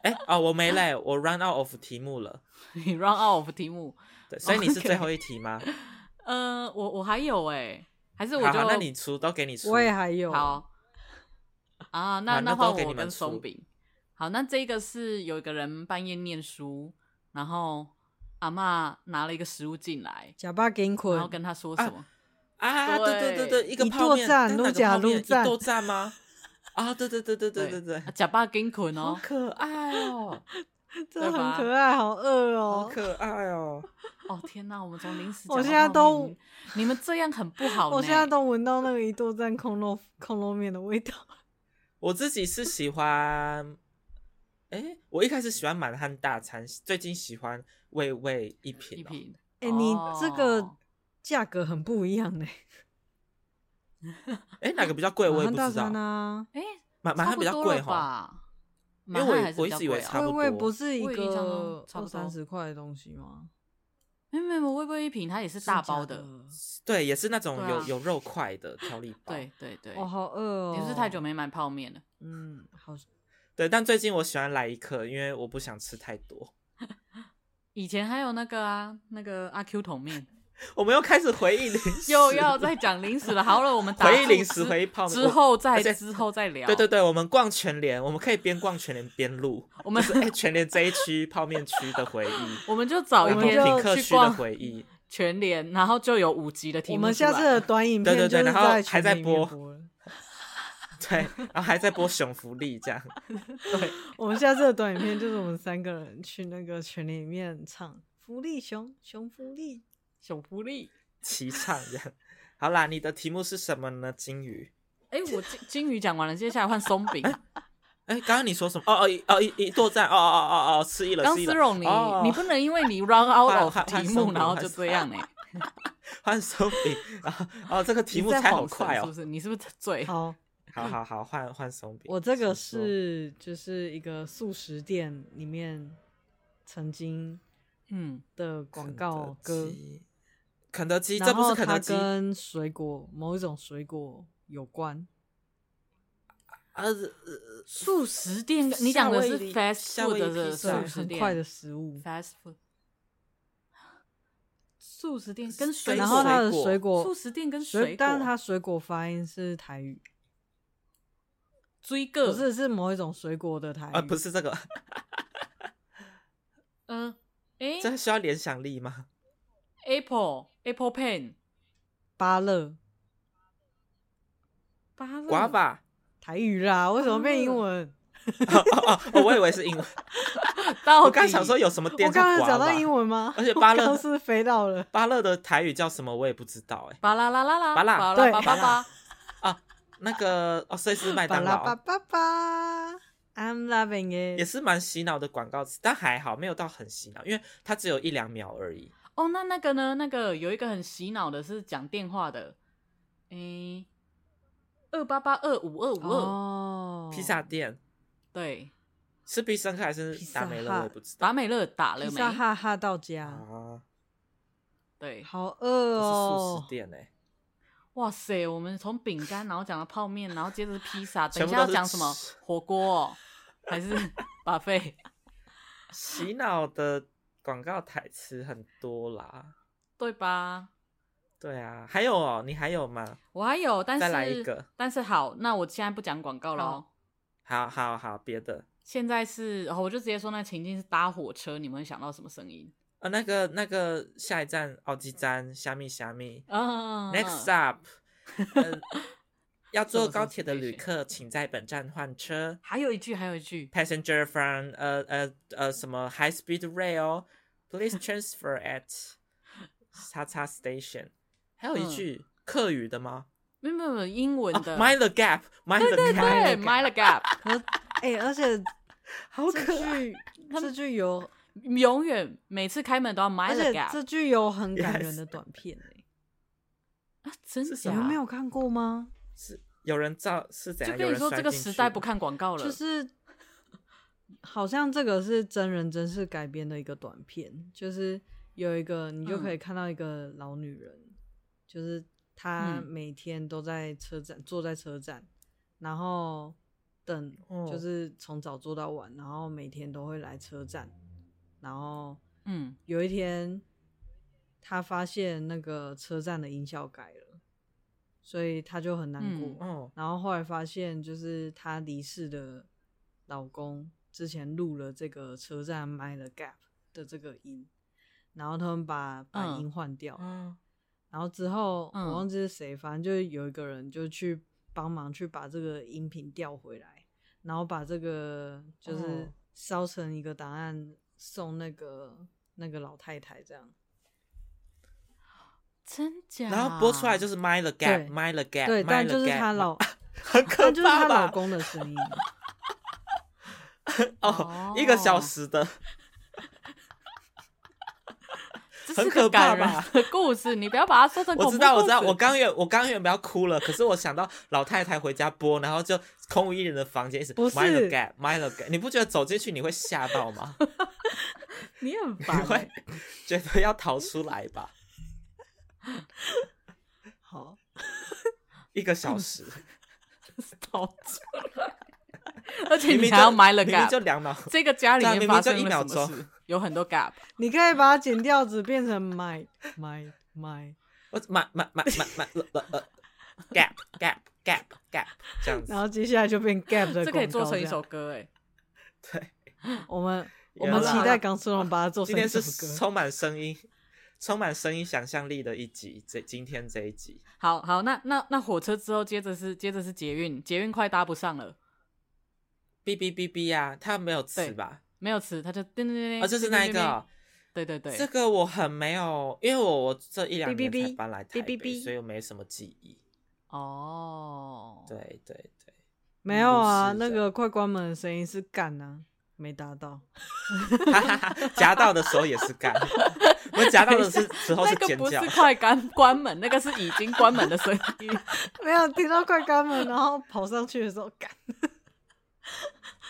哎、哦，我没嘞，我 run out of 题目了，
你 run out of 题目。
对，所以你是
哦 OK
最后一题吗？
呃，我我还有哎、还是我
好
就
好，那你出都给你出，
我也还有，
好啊，
好
那
那
换
都给
我
你们
跟
出
松饼。好，那这个是有一个人半夜念书，然后阿嬷拿了一个食物进来，
假巴给你
然后
捆，
跟他说
啊
什么？
啊，对对对对，
对
一个
一
泡
剁
面，
赞
但
鹿
哪个
甲
泡面
鹿
一
赞
豆赞吗？啊，对对对对对对对，
啊 假扮跟捆
好
哦，
可爱哦，
真的
对吧
很可爱，好饿
好
哦。
可爱哦。
哦天哪，我们从零食
我
讲到
现在
泡
都
面你你们这样很不好呢。
我现在都闻到那个一度站空肉空肉面的味道。
我自己是喜欢，哎、我一开始喜欢满汉大餐，最近喜欢味味一品、
一
哦。
瓶，
哎、你这个
哦
价格很不一样呢、欸
哎、哪个比较贵？我
马
也
汉
不
大
知道
餐。啊，
哎，
满满
差
汉
不
比较
多
贵
了
哈，
吧？
因
满
为
汉
我
还是
我
比
一
较
直以为
贵哦
差
味
不
味
多
不是一
我印象中
个
差
二
不多
三十块的东西吗？
没有没有，我会不会一瓶它也是大包
真假？
的
的，
对，也是那种
对啊
有、有肉块的调 理包。
对对对，
哦，好饿哦！
你是不是太久没买泡面了？
嗯，好，
对但最近我喜欢来一克，因为我不想吃太多。
以前还有那个啊，那个阿 Q 桶面，
我们又开始回忆零食，
又要再讲零食 了。好了，我们打
回忆
住
零食
之
回忆泡面
之后再
而且
之后再聊。
对对对，我们逛全联，我们可以边逛全联边 录。
我们
就是哎、全联这一区泡面区的回忆，
我们就找一
我们
天
就
品客
去
区的
逛
回忆。
全联，然后就有五集的题
我
目出来。
们下次的短影
对对对
片就是
然后
在
还
群
在
里面
播
播了。
对，然后还在 播熊福利这样。
我们下次的短影片就是我们三个人去那个群里面唱《福利熊熊福利》，
小福利。
齐唱这样。好啦，你的题目是什么呢？金鱼？
哎，我金金鱼讲完了，接下来换松 饼。
哎，刚刚你说什么？哦哦一哦一一作战哦哦哦哦，失忆了，
刚
失忆
丝
了。
绒，你
哦
你不能因为你 run out
换
of
换换
题
松
目，
饼
然后
换
就
松
这样哎。
换手柄，然后哦，这个题
你
目
在
猜好
晃神
快
是不
哦。
是？你是不是醉？
好，
好好好，换换手柄。
我这
请
个
说
是就是一个素食店里面曾经
嗯，
的广告歌，
肯德基，肯德基这
然
不
后
是肯
它
德基啊？
跟水果某一种水果有关，
呃呃
素食店，你讲的是
夏威夷
fast
夏威
food
夷
的
披
对
萨
啊素 食
很
店，
快的食物，
fast food。素食店跟水
跟
然
果，
后它的
水
水果
素食店跟水
水
果，，
但是它水果发音是台语，
追
不
个
是是某一种水果的台语，
啊，不是这个，
嗯，诶
这需要联想力吗？
apple apple pen
芭乐
巴乐
瓜 吧。
台语啦，为什么变英文？
哦哦哦，我以为是英文。
到底
我刚想说有什么店
我
叫
刚才
瓜
讲
吧
到？英文吗？
而且芭乐
我刚是飞到了，
芭乐的台语叫什么？我也不知道哎、
巴拉啦啦啦，
巴拉
拉
对
巴巴巴，
那个哦，所以是麦
巴
当
拉巴
劳，
巴巴，I'm loving it。
也是蛮洗脑的广告词，但还好没有到很洗脑，因为它只有一两秒而已。
哦，那那个呢？那个有一个很洗脑的是讲电话的，诶，二八八二五二五二，
哦，
披萨店
对，
是必胜客还是
披萨
达美乐？
哈
我也不知道
达美乐打了
披
没？
萨哈哈到家，
啊，
对，
好饿
这是素
哦
食。店哎，
哇塞，我们从饼干，然后讲到泡面，然后接着是披萨，等
全
一
部
下要
都是
讲什么
吃
火锅、哦、还是把费？
洗脑的广告台词很多啦。
对吧？
对啊，还有哦，你还有吗？
我还有，但是
再来一个
但是好，那我现在不讲广告喽
好。
好好好，别的
现在是、哦，我就直接说那情境是搭火车，你们会想到什么声音？
啊，那个那个下一站奥基站，虾米虾米
嗯
哦，Next up，呃要坐
什么
高铁的
什么
旅客，请在本站换车。
还有一句，还有一句，
Passenger from 呃呃呃什么 High Speed Rail, please transfer at 叉叉 station。还有一句客语的吗？
没有没有没有英文
啊
嗯的，
，Mind the gap，Mind the
对
gap，
，mind the gap，
哎，而 且
好
这
可爱，
句这句有，
永远每次开门都要
而
mind the
且
gap，
这句有很感
Yes
人的短片哎，
啊真
是什
假
你们没有看过吗？
是有人照是怎
就
样？
跟
有
你
人
说
摔
这个
进
时
去
代不看广告了，
就是 好像这个是真人真事改编的一个短片，就是有一个你就可以看到一个老女人，就是她
嗯
每天都在车站坐在车站，然后等
哦
就是从早坐到晚，然后每天都会来车站，然后
嗯，
有一天她发现那个车站的音效改了，所以她就很难过。
嗯
哦，
然后后来发现，就是她离世的老公之前录了这个车站 “mind the gap” 的这个音，然后他们把把
嗯
音换掉，
嗯，
然后之后、
嗯
我忘记是谁，反正就是有一个人就去帮忙去把这个音频调回来，然后把这个就是
哦
烧成一个档案送那个那个老太太这样。
真假，
然后播出来就是是 Mind the
对
gap，Mind the gap，
对，但
mind
就
the
是
gap，
她老，
很
但
可
就是她
怕吧？
老公的声音。
哦，一个小时的，
这
很
是
可
个
怕
感人
吧
的故事，你不要把 它说成 恐
我
怖
知道，我知道，
故事
我刚原我刚原本要哭了，可是我想到老太太回家播，然后就空无一人的房间，一直
不是
mind the gap，mind the gap，你不觉得走进去你会吓到吗？
你很
你
烦
会
欸，
觉得要逃出来吧？
好，
一个小 时，
逃 出来，而且
明
你
明就
还要 mind the
明明就
gap，
两秒，
这个家里
对啊
面
明
发
明就
生
一
了
秒
什么
钟
事？有 很多 gap，
你可以把它剪掉，只变成 my my my，
我买买买买买了了了，gap gap gap gap 这样子
然，后接下来就变 gap 的。
这可以做成一首。歌哎。
对，
我们我
有啦
们期待港苏龙把它做
今
成一
天
首
是
歌。
充满声音、充满声音想象力的一集，这今天这一集
好好，那那那火车之后，接着是接着是捷运，捷运快搭不上了，
哔哔哔哔呀，它没有
对
词吧？
没有词，他就叮叮叮叮，
哦，就是那一
叮叮叮
个
叮
哦。
对对对，
这个我很没有，因为我我这一两
哔哔
年
哔
才搬来台
哔哔
北，
哔
所以我没什么记忆。
哦，
对，对对，
没有啊，
不是
那个快关门的声音是干啊，没达到。
哈哈哈夹到的时候也是干， 我们夹到的是时候
那
是
个
尖
不是
叫，
快关 关门，那个是已经关门的声音。
没有听到快关门，然后跑上去的时候干。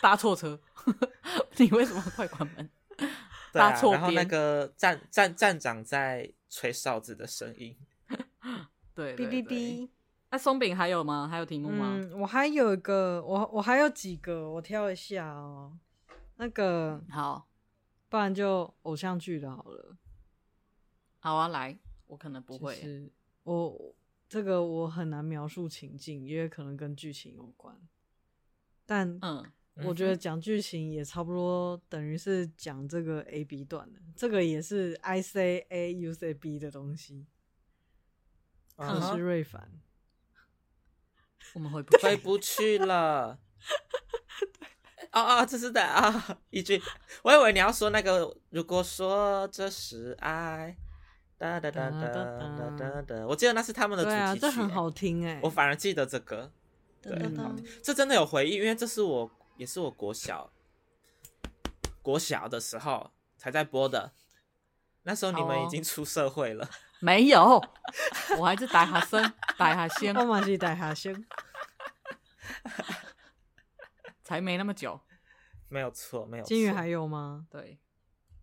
搭错车， 你为什么快关门？
对啊
搭错，
然后那
边
个站站站长在吹哨子的声音，
对，
哔
对
哔。
对
哔。
那松饼还有吗？还有题目吗？
嗯，我还有一个，我我还有几个，我挑一下哦。那个，
好，
不然就偶像剧的好了。
好啊，来，我可能不
就
会。
是我这个我很难描述情境，因为可能跟剧情有关。但
嗯，
我觉得讲剧情也差不多，等于是讲这个 A B 段了。这个也是 I say A U say B 的东西，
嗯
可是
哼
瑞凡。
我们回不
回
去。
不去了。哦哦，这是的啊，一句，我以为你要说那个，如果说这是爱，哒哒哒哒哒哒哒，我记得那是他们的主
对
题曲、
啊，这很
欸
好听哎、
我反而记得这个，对，
噔噔
很好
噔
听。这真的有回忆，因为这是我也是我国小国小的时候才在播的，那时候你
好
们
哦
已经出社会了，
没有，我还是大学生，大学生。
我马是大哈星，
才没那么久。
没有错，没有错。
金鱼还有吗？
对，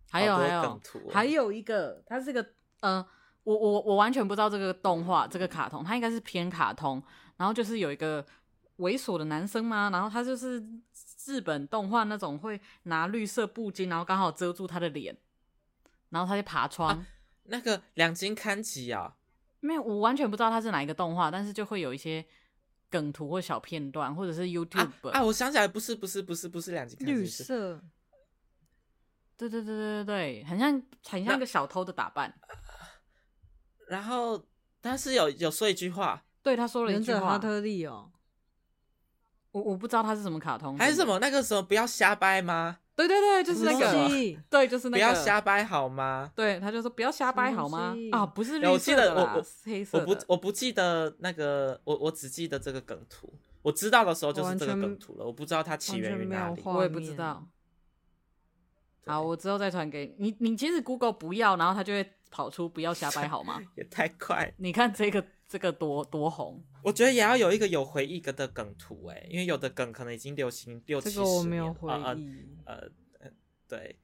还有
好多
还有
梗图哦
还有一个，它是个呃，我我我完全不知道这个动
嗯
画这个卡通，它应该是偏卡通。然后就是有一个猥琐的男生嘛，然后他就是日本动画那种会拿绿色布巾，然后刚好遮住他的脸，然后他就爬窗。
啊那个两金刊集啊，
没有，我完全不知道它是哪一个动画，但是就会有一些梗图或小片段，或者是 YouTube
啊。啊！我想起来，不是不是不是不是两金刊集，
绿
是
色
对对对对对对，很像很像一个小偷的打扮。
然后但是有有说一句话，
对，他说了一
忍
句
者哈
话，
特利哦，
我我不知道他是什么卡通，
还是什
真的
么？那个什么不要瞎掰吗？
对对对，就是那
什么
个
东，
对，就是
不
那个。
要瞎。掰好吗？
对，他就说不要瞎掰好
什么
吗
东西？
啊，不是
哎对我
绿
记
色
得
的啦，
我我
是黑色
我
的。
不我不记得那个，我我只记得这个梗图。我知道的时候就是这个
我完全
梗图了，我不知道它起源于哪
完
里
全没。有画
我也不知道。
对
好，我之后再传给你。你其实 Google 不要，然后它就会跑出不要瞎掰好吗？
也太快，
你看这个这个多多红，
我觉得也要有一个有回忆的的梗图哎、因为有的梗可能已经流行六七
这
十
个我没
年
有
了
回
呃呃
忆。
呃，呃对，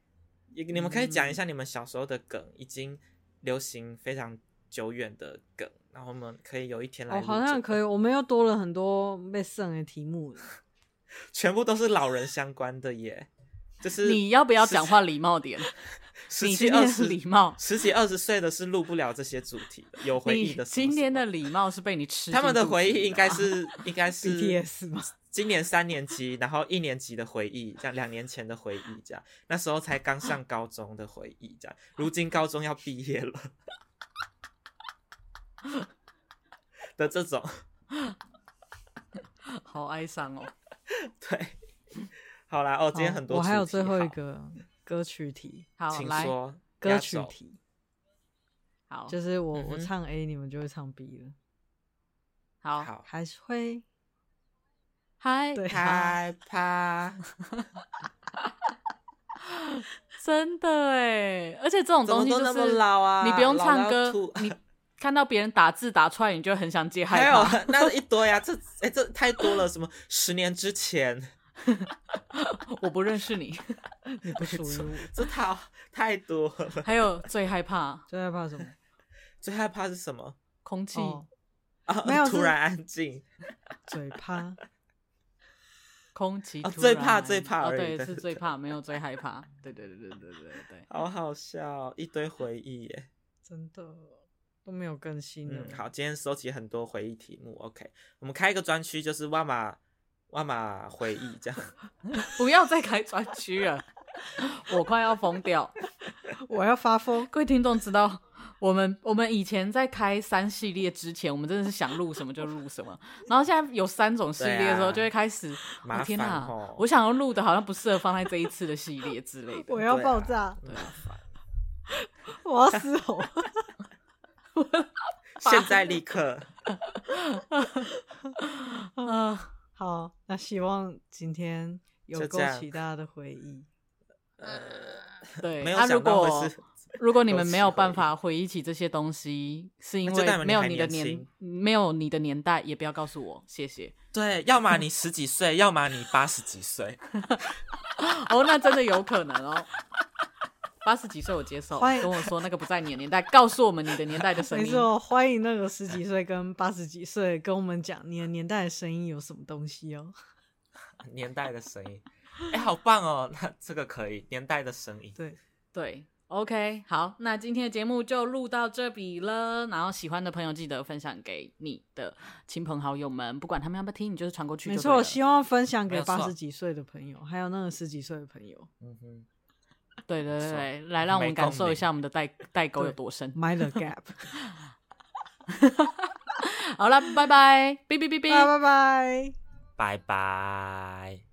你你们可以讲一
嗯
下你们小时候的梗，已经流行非常久远的梗，然后我们可以有一天来、
哦，好像可以，，我们又多了很多被剩的题目了。
全部都是老人相关的耶，就是
你要不要讲话礼貌点？
十
你
七
今
二
天
十
的礼貌，
十几二十岁的是录不了这些主题的，有 回忆
你
的什么
今天
什么
的礼貌是被你吃进
他们的
肚子
回
里
忆应该
吗
是 应该是
BTS 吗？
今年三年级，然后一年级的回忆，这样两年前的回忆，这样那时候才刚上高中的回忆，这样如今高中要毕业了 的这种，
好哀伤哦。
对，好啦，哦，今天
好
很多，
我还有最后一，个歌曲题，
好，
请
来，
说
歌
压
曲
轴
题
好，
就是我、我
嗯哼
唱 A，你们就会唱 B 了，
好，
好，
还是会
嗨，
对
嗨，
害怕，
真的哎，而且这种
怎么
东西
都
就
那么
是
老啊，
你不用
老
唱
到
歌
吐，
你看到别人打字打出来，你就很想接
还
害
有
怕。
那一堆啊，这哎、这太多了，什么十年之前，
我不认识你，
你不属于我，
这太太多了。
还有最害怕
最害怕什么？
最害怕是什么
空气。
哦，
啊？
没有
突
是
然安静，
嘴怕，
空气
哦
突
最
然
怕最怕
哦，
而已
对，
对
是
对
最
对
怕，没有最害怕。对对对对对对对对。
好好笑哦、一堆回忆耶。
真的都没有更新了。
嗯，好，今天收集很多回忆题目，OK，我们开一个专区，就是万马万马回忆这 样。
不要再开专区了， 我快要疯掉。
我要发疯。
各位听众知道，我们我们以前在开三系列之前，我们真的是想录什么就录什么，然后现在有三种系列的时
对
候，
啊
就会开始，我、
麻
天
烦
哪
哦，
我想要录的好像不适合放在这一次的系列之类 的
我。要
对
爆
啊
炸，
麻烦，
我要嘶吼，
现在立 刻，
呃，
好，那希望今天有
就
勾
这样
起大家的回忆。
对，
没有
那、
想
啊如
到
果
会是。
如果你们没有
有机会
办法回忆起这些东西，是因
那就代
为
表
没有
你还
你的
年
年
轻，
没有你的年代，也不要告诉我，谢谢。
对，要么你十几岁，要么你八十几岁。
哦，那真的有可能哦。八十几岁我接受，
欢迎
跟我说那个不在你的年代，告诉我们你的年代的声
没
音。
错，欢迎那个十几岁跟 八十几岁跟我们讲你的年代的声音有什么东 西哦。
年代的声音，哎、好棒哦！那这个可以，年代的声音。
对，
对，OK，好，那今天的节目就录到这里了。然后喜欢的朋友记得分享给你的亲朋好友们，不管他们要不要听，你就是传过去
没
就
错，
对
我
了。
希望分享
没
给
有错
八十几岁的朋友，还有那个十几岁的朋友，
嗯哼，
对对对对，来
没
让我们感
共
受一
鸣
下我们的代代沟有
对
多深。
买 了 gap。
好了，拜拜，哔哔哔哔。
啊拜拜。
拜拜。